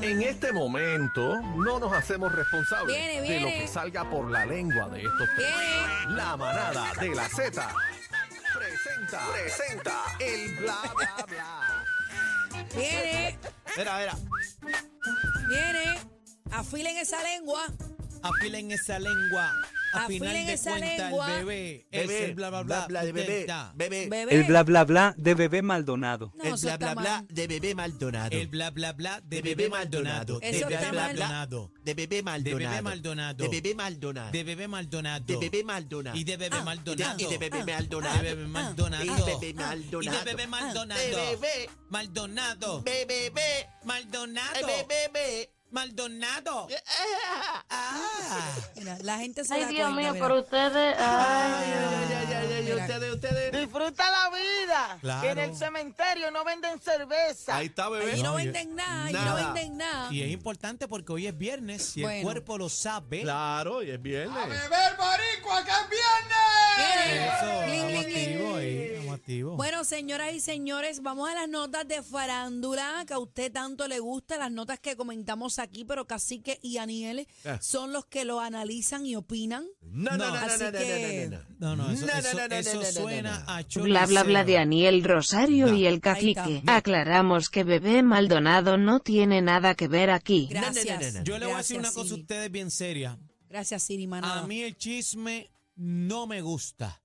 En este momento no nos hacemos responsables Viene, de lo viene. que salga por la lengua de estos tres. Viene. La manada de la Z presenta, presenta el bla bla bla. Viene, Mira, mira, viene. Afilen esa lengua. afilen esa lengua. A Afilen final de esa cuenta, lengua. el bebé, es el bla bla bla, de bebé, delta. bebé, Bebé. El bla bla bla de bebé Maldonado. No, el eso bla está bla bla mal. de bebé Maldonado, El bla bla bla de De bebé bebé Maldonado. Maldonado. De Eso bebé está mal. Maldonado. de bebé Maldonado, de Maldonado. bebé Maldonado, De bebé Maldonado. de bebé Maldonado, Y de bebé Ah, Maldonado. y de bebé Maldonado, De bebé Maldonado. Y de bebé Maldonado. Y de bebé Maldonado. de bebé, bebé, Ah, Maldonado. bebé, Maldonado. bebé, bebé, Maldonado. Ah. Mira, la gente se Ay, da Dios cuenta, mío, mira. pero ustedes. Ay, Ay, ay, ay, ay, ay, Mira. ustedes, ustedes. Disfruta la vida. Claro. Que en el cementerio no venden cerveza. Ahí está, bebé. Allí no No, yo- venden nada, allí no nada. venden nada. Y es importante porque hoy es viernes y Bueno. el cuerpo lo sabe. Claro, y es Ah, eh. viernes. Viene. Eso, Lin, estamos lin, lin. activos ahí, estamos activos. Bueno, señoras y señores, vamos a las notas de farándula que a usted tanto le gusta, las notas que comentamos aquí, pero Cacique y Aniel Ah. son los que lo analizan y opinan. No, no, no, no, Así no, no, que- no, no, no. No, no, eso, No, no, eso- no, no, eso no, no, no, suena no, no. a choriceo. Bla bla bla de Aniel Rosario y Ahí el está. cacique. Aclaramos que bebé Maldonado no tiene nada que ver aquí. no, no, no, Gracias. no, no. Yo le voy a decir una Gracias, cosa a Siri. ustedes bien seria. Gracias, Siri A Manada. mí el chisme no me gusta,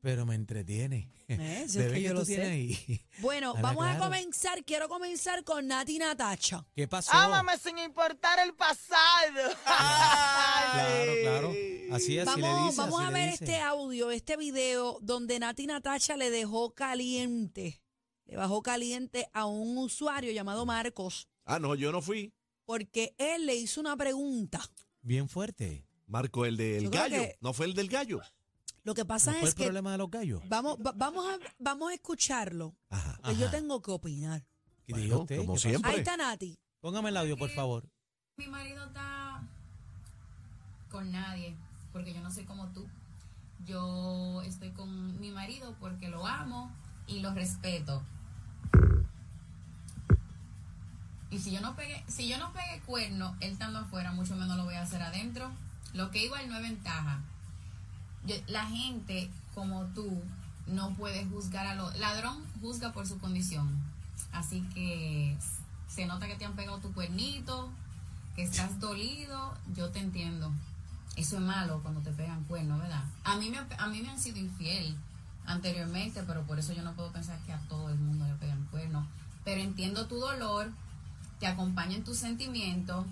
pero me entretiene. Eh, si es ¿De que ver yo qué lo tú tienes sé. ahí? Bueno, Habla vamos a claro. comenzar. Quiero comenzar con Nati Natacha. ¿Qué pasó? Ámame sin importar el pasado. Claro, claro. Así es, así le Vamos, dice, vamos así a le ver dice. este audio, este video donde Nati Natacha le dejó caliente, le bajó caliente a un usuario llamado Marcos, Ah, no, yo no fui. porque él le hizo una pregunta. Bien fuerte. Marco, el del Yo creo gallo. que- No fue el del gallo. Lo que ¿No pasa fue es el que problema de los gallos? vamos, va- vamos, a, vamos a escucharlo, Ajá. que yo Ajá. tengo que opinar. ¿Qué Bueno, dijo usted? como ¿Qué pasó? siempre. Ahí está Nati. Póngame el audio, por favor. Mi marido está con nadie, porque yo no soy como tú. Yo estoy con mi marido porque lo amo y lo respeto. Y si yo no pegué, si yo no pegué cuerno, él estando afuera, mucho menos lo voy a hacer adentro. Lo que igual no es ventaja. Yo- la gente como tú no puede juzgar a los ladrón juzga por su condición así que se nota que te han pegado tu cuernito que estás dolido yo te entiendo eso es malo cuando te pegan cuernos verdad a mí me han pe- a mí me han sido infiel anteriormente pero por eso yo no puedo pensar que a todo el mundo le pegan cuernos pero entiendo tu dolor te acompaño en tus sentimientos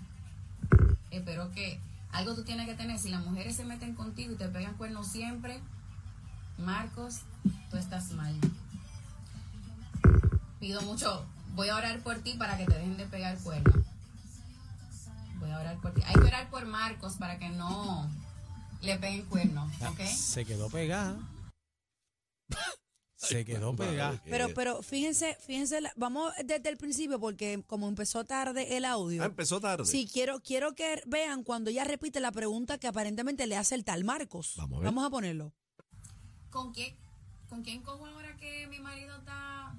espero que algo tú tienes que tener. Si las mujeres se meten contigo y te pegan cuernos siempre, Marcos, tú estás mal. Pido mucho, voy a orar por ti para que te dejen de pegar cuernos. Voy a orar por ti. Hay que orar por Marcos para que no le peguen cuernos, Ah, ¿ok? Se quedó pegada. Se quedó Madre, pegada. que- Pero, pero fíjense, fíjense, la- vamos desde el principio porque como empezó tarde el audio. Ah, empezó tarde. pues, Sí, Pues. quiero, quiero que vean cuando ella repite la pregunta que aparentemente le hace el tal Marcos. Vamos a ver. ponerlo. ¿Con quién, ¿Con quién cojo ahora que mi marido está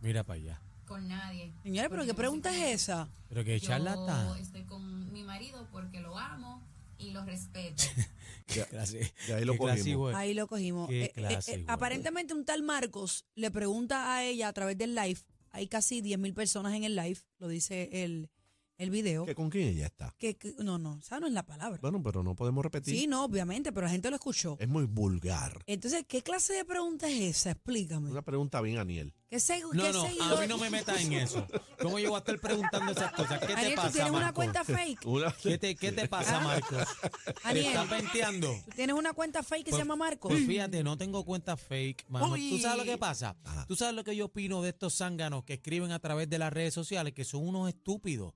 Mira para allá. con nadie? Señores, pero Porque ¿qué yo no soy pregunta como tú. es esa? Pero que Yo charlatán. estoy con mi marido porque lo amo y lo respeto. Qué clase. de ahí lo qué clase, cogimos. güey. Ahí lo cogimos. Pues, Eh, Qué clase, güey. aparentemente un tal Marcos le pregunta a ella a través del live, hay casi 10.000 mil personas en el live, lo dice el, el video, ¿Que ¿Con quién ella está? que, que- no, no, esa no es la palabra. Bueno, pero no podemos repetir. Sí, no, obviamente, pero la gente lo Eh. escuchó. Es muy vulgar. Entonces, ¿qué clase de pregunta es esa? Explícame. Una pregunta bien, Aniel. ¿Qué, se, No, qué no, seguidor- a mí no me metas en eso. ¿Cómo yo voy a estar preguntando esas cosas? ¿Qué Aniel, te ¿tú pasa, tienes una Marcos? cuenta fake? Una- ¿Qué te, qué te pasa, Ah. Marcos? ¿Te Aniel. estás penteando? ¿Tú tienes una cuenta fake que Pues- se llama Marcos? Pues fíjate, no tengo cuenta fake, mano. ¿Tú Uy. sabes lo que pasa? Ajá. ¿Tú sabes lo que yo opino de estos zánganos que escriben a través de las redes sociales, que son unos estúpidos?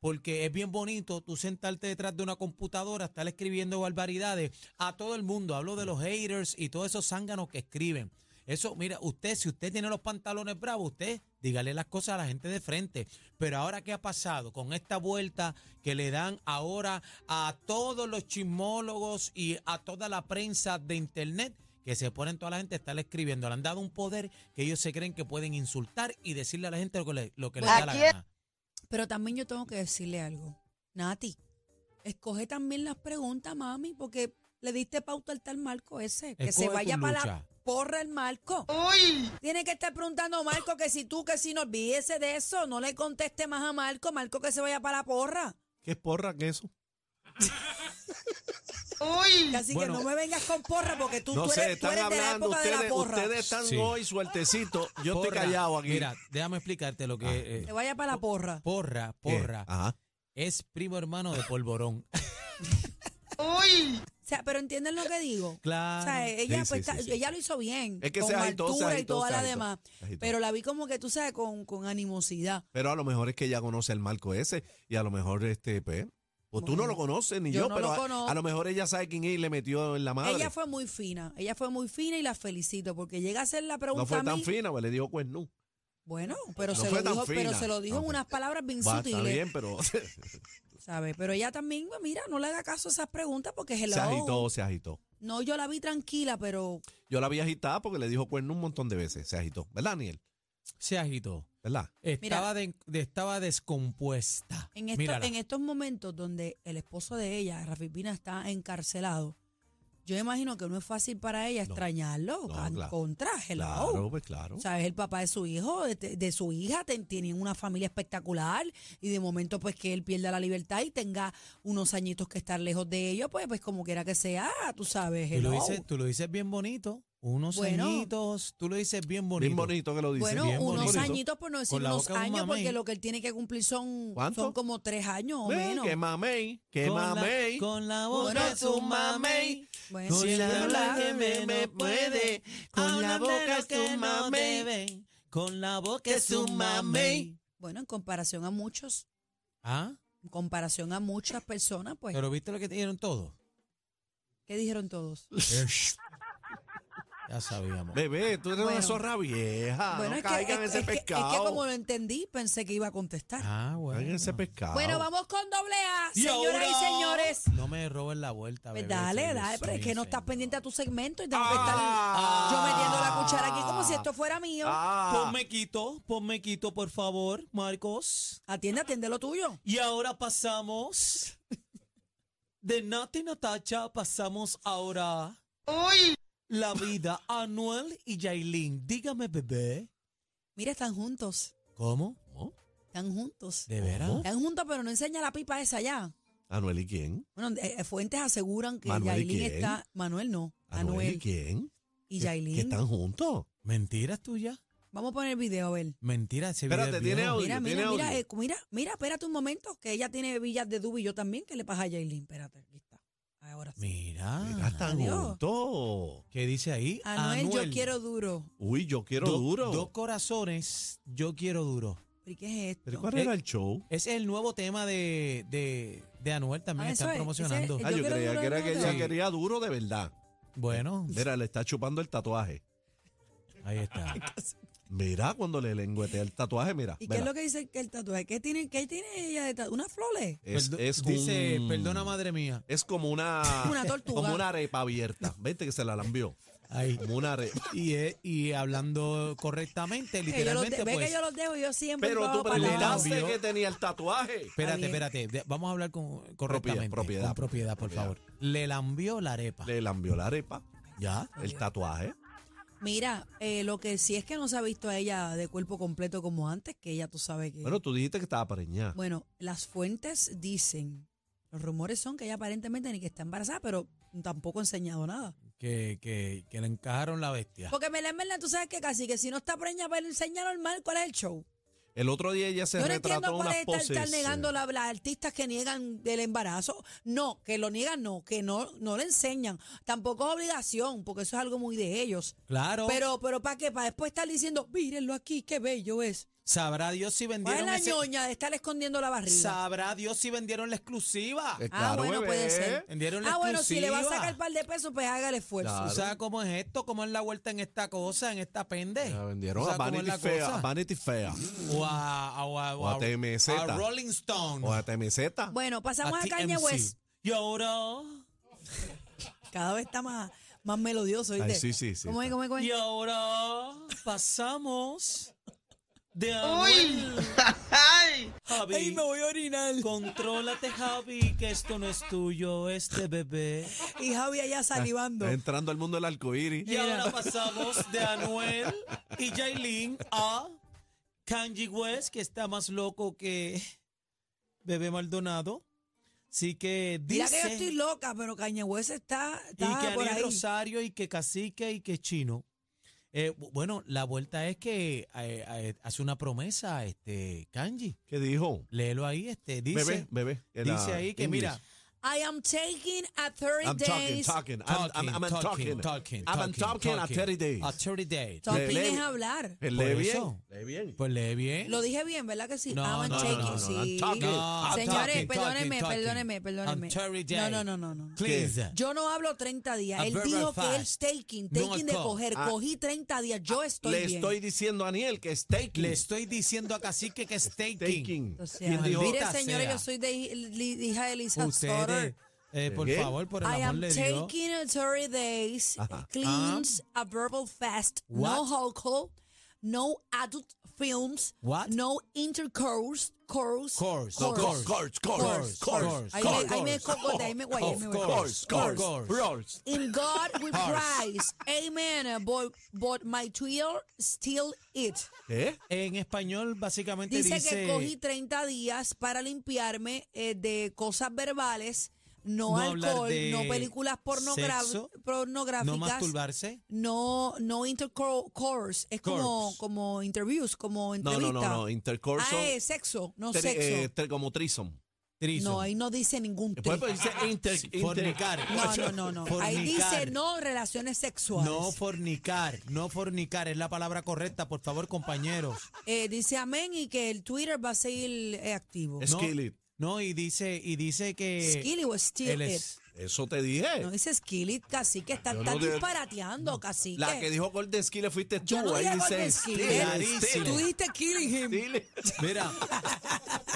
Porque es bien bonito tú sentarte detrás de una computadora, estar escribiendo barbaridades a todo el mundo. Hablo de los haters y todos esos zánganos que escriben. Eso, mira, usted, si usted tiene los pantalones bravos, usted dígale las cosas a la gente de frente. Pero ahora, ¿qué ha pasado con esta vuelta que le dan ahora a todos los chismólogos y a toda la prensa de Internet? Que se ponen toda la gente a estar escribiendo. Le han dado un poder que ellos se creen que pueden insultar y decirle a la gente lo que le, lo que les da la Aquí es- gana. Pero también yo tengo que decirle algo. Nati, escoge también las preguntas, mami, porque le diste pauta al tal Marco ese. Que Escoge se tu vaya para la lucha. porra el Marco. ¡Uy! Tiene que estar preguntando a Marco que si tú, que si no olvídese de eso, no le conteste más a Marco, Marco que se vaya para la porra. ¿Qué es porra que eso? ¡Uy! Así Bueno. que no me vengas con porra porque tú, No tú sé, eres, tú están eres de la hablando época de ustedes. la porra. Ustedes están Sí. hoy sueltecitos. Yo Porra, estoy callado aquí. Mira, déjame explicarte lo que eh, Te vaya para la porra. porra, ¿Qué? Ah. porra, Ajá. es primo hermano de polvorón. ¡Uy! O sea, pero entienden lo que digo. O claro. sea, ella, sí, pues, sí, está- sí. ella lo hizo bien. Es que con se agitó, se altura y agitó, toda se la agitó, demás. se agitó. Pero la vi como que tú sabes, con, con animosidad. Pero a lo mejor es que ella conoce el marco ese y a lo mejor este, pues, pues tú no lo conoces ni Yo yo, no pero lo a- conozco. a, lo mejor ella sabe quién es y le metió en la madre. Ella fue muy fina, ella fue muy fina y la felicito porque llega a hacer la pregunta no fue a tan mí. fina, pues le dijo cuernú. Bueno, pero, No se lo fue tan dijo, pero fina. se lo dijo Ok. en unas palabras bien Va, está sutiles, bien, pero se ¿sabes? Pero ella también, pues, mira, no le haga caso a esas preguntas porque hello. agitó, se agitó. No, yo la vi tranquila, pero Yo la había agitada porque le dijo cuerno un montón de veces. Se agitó, ¿verdad, Daniel? Se agitó. ¿Verdad? Estaba, de- de- estaba descompuesta. en, esto- Mírala. en estos momentos donde el esposo de ella, Rafi Pina, está encarcelado, yo imagino que no es fácil para ella extrañarlo. No, en claro. contra, hello. Claro, pues claro. ¿Sabes? El papá de su hijo, de, de su hija, ten- tienen una familia espectacular y de momento pues que él pierda la libertad y tenga unos añitos que estar lejos de ellos, pues, pues como quiera que sea, tú sabes. Tú hello. lo, dices, tú lo dices bien bonito. Unos Bueno. añitos. Tú lo dices bien bonito. Bien bonito que lo dice. bueno, bien unos bonito. añitos, por no decir Con la unos boca de un años, mamey. porque lo que él tiene que cumplir son, ¿Cuánto? son como tres años o Ve, menos. Que mamey, que Con la- mamey. Con la Bueno, boca de su mamey. mamey. Bueno, Con sí, la ¿verdad? boca que me, me puede. Con la boca es su tu mamey. mamey. Con la boca Que es su su mamey. mamey. Bueno, en comparación a muchos, ¿Ah? en comparación a muchas personas, pues, ¿Pero viste lo que te dieron todo? ¿qué dijeron todos? ya sabíamos. Bebé, tú eres Bueno. una zorra vieja. Ah, no caigan en ese es que- es que pescado. como lo entendí, pensé que iba a contestar. Ah, Caigan en bueno. ese pescado. Bueno, vamos con doble A, Y señoras y ahora- señores. No me roben la vuelta, Pues bebé. dale, Señor, dale, pero es sí, que no señor. estás pendiente a tu segmento y tengo que estar Ah. yo metiendo la cuchara aquí como si esto fuera mío. Ah, Ponme quito, ponme quito, por favor, Marcos. Atiende, atiende lo tuyo. Y ahora pasamos. De Nati Natacha pasamos ahora. La vida, Anuel y Jailin. Dígame, bebé. Mira, están juntos. ¿Cómo? Están juntos. ¿De veras? Están juntos, pero no enseña la pipa esa ya. Anuel y quién? Bueno, eh, eh, fuentes aseguran que Manuel, ¿y Yailin quién? está. Manuel no. Anuel, y Anuel quién? y ¿Que- Que Yailin. están juntos. ¿Mentiras tuyas? Vamos a poner el video, a ver. Mentiras, ese video Espérate, es tiene viejo. audio. Mira, mira, audio. mira, eh, mira, mira, espérate un momento, que ella tiene villas de Dubi y yo también. ¿Qué le pasa a Yailin? Espérate, aquí está. Ahora sí. Mira, Mira. están Ah, adiós. juntos. ¿Qué dice ahí? Anuel, yo quiero duro. Uy, yo quiero Do- duro. Dos corazones, yo quiero duro. ¿Pero ¿y qué es esto? ¿Pero cuál Eh, era el show? Ese es el nuevo tema de, de, de Anuel también. Ah, eso están es, promocionando. ese Ah, yo yo, quiero creía duro que de era que ella nota. quería duro de verdad. Bueno, Eh, Mira, le está chupando el tatuaje. ahí está. Mira cuando le lengüetea el tatuaje, mira. ¿Y qué mira. es lo que dice que el tatuaje? ¿Qué tiene, qué tiene ella de tatuaje? ¿Unas flores? Es, Perdo- es dice, un- perdona madre mía. Es como una, Una tortuga. como una arepa abierta. Vete que se la lambió. Ahí. Como una arepa. Y, es- y hablando correctamente, Que yo los literalmente, de- Ve pues. que yo los dejo y yo siempre. Pero tú hago patadas. preguntaste. preguntaste que tenía el tatuaje. Espérate, bien. espérate. de- Vamos a hablar con, correctamente. propiedad, con propiedad, por propiedad. favor. Le lambió la arepa. Le lambió la arepa, ¿Ya? el tatuaje. Mira, eh, lo que sí es que no se ha visto a ella de cuerpo completo como antes, que ella tú sabes que. Bueno, tú dijiste que estaba preñada. Bueno, las fuentes dicen, los rumores son que ella aparentemente ni que está embarazada, pero tampoco ha enseñado nada. Que, que, que le encajaron la bestia. Porque Melén Melén, tú sabes que casi que si no está preña, pues le enseña normal cuál es el show. El otro día ella se Yo no retrató entiendo cuál unas es estar, poses. estar negando la- las artistas que niegan del embarazo. No, que lo niegan, no, que no, no le enseñan. Tampoco es obligación, porque eso es algo muy de ellos. Claro. Pero, pero ¿para qué? Para después estar diciendo, mírenlo aquí, qué bello es. sabrá Dios si ¿Cuál es vendieron la ese- ñoña de estar escondiendo la barriga? Sabrá Dios si vendieron la exclusiva. Eh, ah, claro, bueno, bebé. puede ser. Vendieron la Ah, bueno, si le va a exclusiva. sacar un par de pesos, pues haga el esfuerzo. Claro. ¿Tú sabes cómo es esto? ¿Cómo es la vuelta en esta cosa, en esta pende? La vendieron ¿Tú a sabes cómo es Vanity la Fair, cosa? a Vanity Fair, O a, o a- o O a TMZ. a Rolling Stone. o a TMZ. Bueno, pasamos a, TMZ. Caña West. Y ahora, Cada vez está más, más melodioso, ¿viste? Ay, sí, sí, sí. ¿Cómo es, está. cómo es, cómo es? y ahora pasamos de Anuel ¡Ay! Javi. Ay, me voy a orinar. Contrólate, Javi, que esto no es tuyo, este bebé. Y Javi allá salivando. Está entrando al mundo del arcoíris. Y ahora pasamos de Anuel y Jailin a Kanji West, que está más loco que Bebé Maldonado. Así que Mira dice que yo estoy loca, pero Cañagüez está, y que está por Ariel ahí. Rosario y que Cacique y que Chino. Eh, bu- bueno, la vuelta es que eh, eh, hace una promesa, este Kanji. ¿Qué dijo? Léelo ahí, este dice, Bebé, bebé. Era dice ahí que English. mira, I am taking a 30 I'm talking, days. talking. I'm, I'm, I'm talking. I'm talking a 30 days. A 30 days. Talking Le- es le- hablar. Pues Por Lee eso. bien. Lee bien. Pues lee bien. Lo dije bien, ¿verdad que sí? No, I'm no, no, taking, no, no, sí. I'm talking, I'm Señores, talking, perdónenme, talking, perdónenme, talking. perdónenme. I'm 30 No, days. no, no, no, no. Please. Yo no hablo 30 días. A Él verbal dijo que él fast. taking, No taking a de call. coger. Ah. Cogí 30 días. Yo estoy Le bien. estoy diciendo a Aniel que es taking. Le estoy diciendo a Cacique que es taking. taking. O Y sea, él dijo, mire, "Maldita señores, sea". yo soy de li- hija de Lisa Ustedes, Storer. eh, por ¿Qué? favor, por el I amor am de Dios. taking a 30 days, cleans, a verbal fast, Ah. What? no alcohol, no adult films, What? no intercourse, course, Course, No, course, course, course, course, course, course, Ahí course, me- ahí me cocoté, ahí me guayé, Of me guayé. course, course, course, course. course. In God we praise. Amen. But, but my tear still it. ¿Eh? En español, básicamente Dice, dice. que cogí 30 días para limpiarme eh, de cosas verbales, no, No hablar alcohol, de no películas pornogra- sexo, no pornográficas. masturbarse. No, no intercourse, es como, Course. como interviews, como No, no, entrevista. no, no. Intercourse. Ah, es sexo, no tri- eh, sexo. tri- como trisom. Threesome. no, ahí no dice ningún Después tri- pues, dice inter, inter- Fornicar. No, no, no, no. Ahí dice Fornicar. no relaciones sexuales. No fornicar, no fornicar es la palabra correcta, por favor, compañeros. Eh, dice amén y que el Twitter va a seguir eh, activo. Es- No, Skillet. No, y dice, y dice que Skilly o still él it. es Eso te dije. No dice Skilly, cacique, está, Yo está no te- disparateando, cacique. La que dijo gol de esquí le fuiste tú. Yo no Ahí dije gol de dice esquí. Steele, Clarísimo. Steele, Tú dijiste killing him. Steele. Mira,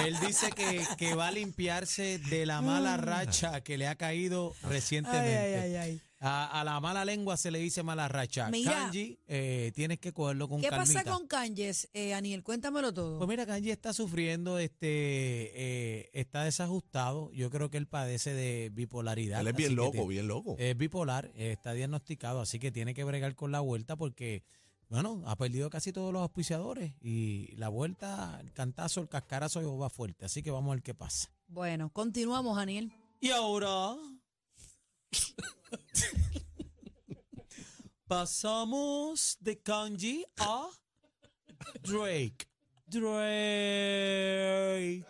él dice que, que va a limpiarse de la mala racha que le ha caído recientemente. Mm. Ay, ay, ay, ay. A, a la mala lengua se le dice mala racha. Mira. Kanji, eh, tienes que cogerlo con ¿Qué calmita. pasa con Kanges, eh, Aniel? Cuéntamelo todo. Pues mira, Kanji está sufriendo, este, eh, está desajustado. Yo creo que él padece de bipolaridad. Él es así bien que loco, te- bien loco. Es bipolar, eh, está diagnosticado, así que tiene que bregar con la vuelta porque, bueno, ha perdido casi todos los auspiciadores y la vuelta, el cantazo, el cascarazo va fuerte, así que vamos a ver qué pasa. Bueno, continuamos, Aniel. Y ahora pasamos de Kanji a Drake. Drake.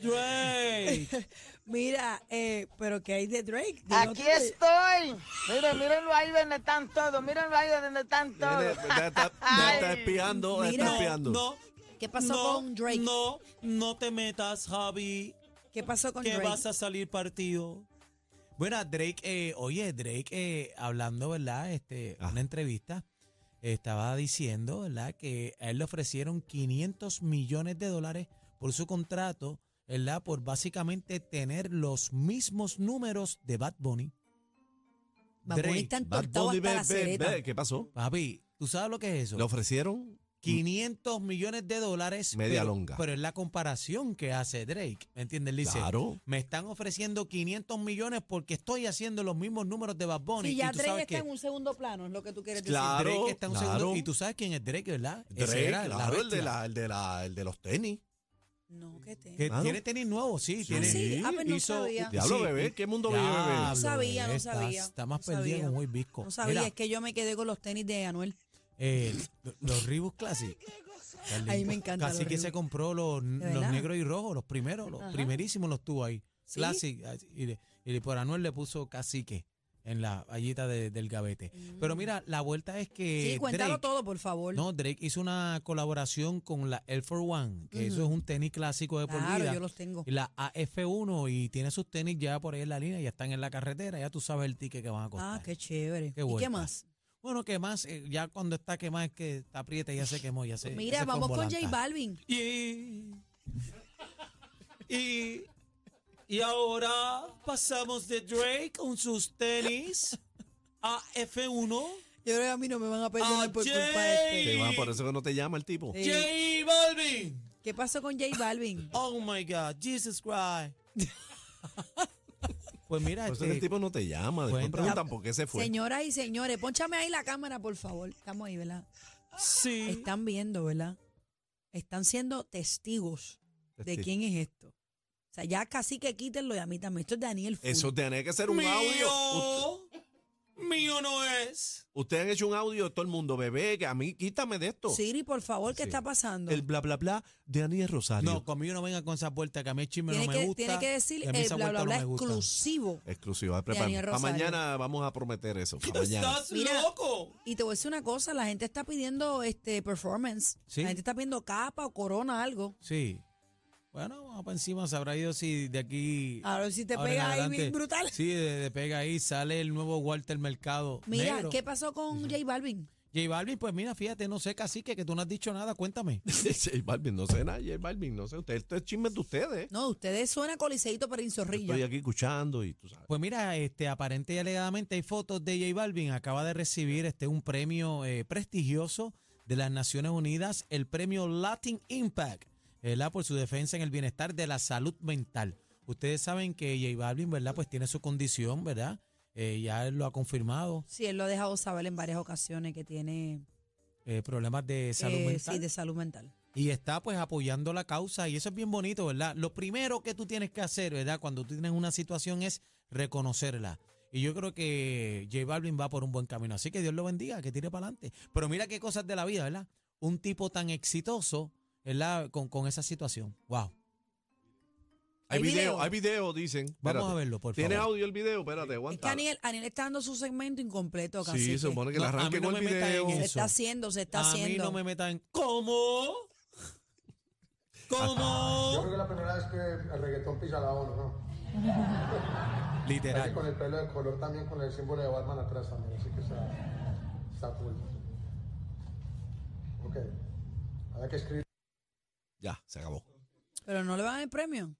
Drake. Mira, eh, pero ¿qué hay de Drake? Digo, Aquí te- estoy. Miren, mírenlo ahí donde están todos. Mírenlo ahí donde están Viene, todos. Está, está- está Ay. espiando, está Mira. espiando. No, ¿Qué pasó no, con Drake? No, no te metas, Javi, ¿Qué pasó con que Drake? vas a salir partido. Bueno, Drake, eh, oye, Drake, eh, hablando, ¿verdad? Este, Ah. una entrevista, estaba diciendo, ¿verdad? Que a él le ofrecieron 500 millones de dólares por su contrato, ¿verdad? Por básicamente tener los mismos números de Bad Bunny. Bad Bunny Drake, está Bad entortado Bunny, hasta ve, la ve, cereta. ve, ¿qué pasó? Papi, ¿tú sabes lo que es eso? ¿Le ofrecieron? 500 millones de dólares. Media pero, longa. Pero es la comparación que hace Drake. ¿Me entiendes? Él Dice, Claro. me están ofreciendo 500 millones porque estoy haciendo los mismos números de Bad Bunny. Si ya y tú Drake sabes está que en un segundo plano, es lo que tú quieres Claro. Drake está en un claro. segundo- Y tú sabes quién es Drake, ¿verdad? Ese Drake, era la claro, el de, bestia. la, el, de la, el de los tenis. decir. No, ¿qué te... Ah, Que Claro. tiene tenis nuevo, sí. tiene, sí, ah, pues no hizo- sabía. Diablo, bebé, ¿qué mundo vive, bebé? Diablo, sabía, no bebé, estás- sabía, Está no más perdido sabía. como el visco. No sabía, Mira, es que yo me quedé con los tenis de Anuel. eh, los Reebok Classic. Ahí me encantan Casi los que se Reebok. compró los, los verdad? negros y rojos, los primeros, los Ajá. primerísimos los tuvo ahí. ¿Sí? Classic. así, Y, le- y le- por Anuel le puso cacique en la allita de- del gavete. Pero mira, la vuelta es que. Mm. sí, cuéntalo Drake- todo, por favor. Ah, No, Drake hizo una colaboración con la Air for One, que eso es un tenis clásico de por claro, vida. yo los tengo. y la AF1 y tiene sus tenis ya por ahí en la línea, ya están en la carretera, ya tú sabes el ticket que van a costar. Ah, qué chévere. Qué ¿Y qué vuelta. más? Bueno, que más, Eh, ya cuando está quemado es que está aprieta y ya se quemó, ya se ya Mira, se fue en vamos con volanta. J Balvin. Y, y, y ahora pasamos de Drake con sus tenis a F1 Yo creo que a mí no me van a perdonar por culpa de Achey. este. Te va, por eso que no te llama el tipo. Sí. J Balvin. ¿Qué pasó con J Balvin? Oh my God, Jesus Christ. pues mira, Por eso que este, el tipo no te llama. Después Cuenta. preguntan por qué se fue. Señoras y señores, ponchame ahí la cámara, por favor. Estamos ahí, ¿verdad? sí. Están viendo, ¿verdad? Están siendo testigos de Testigo. quién es esto. O sea, ya casi que quítenlo y a mí también. Esto es Daniel Full. Eso tiene que ser un audio. mío. Mío no es. Ustedes han hecho un audio de todo el mundo, bebé. que A mí, quítame de esto. Siri, por favor, ¿qué Sí. está pasando? El bla bla bla de Aniel Rosario. No, conmigo no vengan con esa puerta que a mí el chisme tiene, no me que, gusta. tiene que decir y a el mí esa bla, bla, vuelta bla no me gusta. exclusivo. Exclusiva, Aniel prepárate. Para Rosario. mañana vamos a prometer eso. Pa' mañana. ¡Estás Mira. loco! Y te voy a decir una cosa, la gente está pidiendo este performance. Sí. La gente está pidiendo capa o corona, algo. Sí. Bueno, vamos para encima. Sabrá Dios si de aquí. A ver si te ahora en pega ahí adelante- bien brutal. Sí, de, de pega ahí. Sale el nuevo Walter Mercado. Mira, negro. ¿qué pasó con J Balvin? J Balvin, pues mira, fíjate, no sé, cacique, que tú no has dicho nada. Cuéntame. J Balvin, no sé nada. J Balvin, no sé. Usted, esto es chisme de ustedes. No, ustedes suena coliseíto para Yo insorrilla. Estoy aquí escuchando y tú sabes. Pues mira, este, aparente y alegadamente hay fotos de J Balvin. Acaba de recibir este, un premio eh, prestigioso de las Naciones Unidas, el premio Latin Impact, ¿verdad? Por su defensa en el bienestar de la salud mental. Ustedes saben que J Balvin, ¿verdad? Pues tiene su condición, ¿verdad? Eh, ya él lo ha confirmado, Sí, él lo ha dejado saber en varias ocasiones que tiene eh, problemas de salud eh, mental. sí, de salud mental. Y está pues apoyando la causa y eso es bien bonito, ¿verdad? Lo primero que tú tienes que hacer, ¿verdad? Cuando tú tienes una situación es reconocerla. Y yo creo que J Balvin va por un buen camino. Así que Dios lo bendiga, que tire para adelante. Pero mira qué cosas de la vida, ¿verdad? Un tipo tan exitoso, ¿verdad? Con, con esa situación. Wow. Hay ¿Hay video, video? hay video, dicen. Vamos Espérate. a verlo, por ¿Tiene favor. audio el video? Espérate, Es que aguanta. Aniel, Aniel está dando su segmento incompleto, casi. sí, se supone que No, le a mí arranque no con el me metan en video. Se eso. está haciendo, se está a haciendo. mí no me metan. ¿Cómo? Yo ¿Cómo? creo que la primera vez que el reggaetón pisa la ONU, ¿no? Así Literal. con el pelo de color también, con el símbolo de Batman atrás también, así que está, está cool. Ok, ahora que escribir. Ya, se acabó. Pero no le van a dar el premio.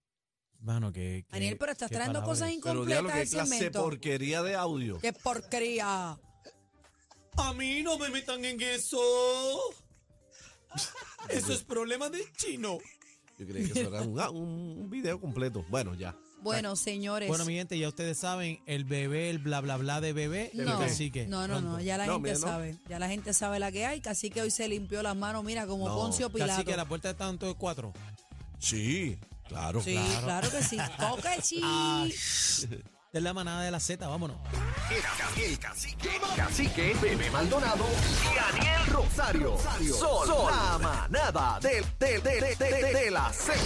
Mano, que. que- Daniel, pero estás qué trayendo palabras. cosas Pero diablo, incompletas qué al clase de segmento. porquería de audio. ¡Qué porquería! A mí no me metan en eso. Eso es problema del chino. Yo creía que eso era un, un- un video completo. Bueno, ya. Bueno, señores. Bueno, mi gente, ya ustedes saben, el bebé, el bla bla bla de bebé, no, así que. no, no, no, ya la No, gente mira, no. sabe. Ya la gente sabe la que hay. Casi que hoy se limpió las manos, mira, como No, Poncio Así Pilato. que la puerta está en todos cuatro. Sí, claro. Sí, claro. que sí. Toca el chi. Es la manada de la Z, vámonos. El, ca- el cacique, cacique, bebé Maldonado y Aniel Rosario. Son, son la manada de, de, de, de, de, de la Z.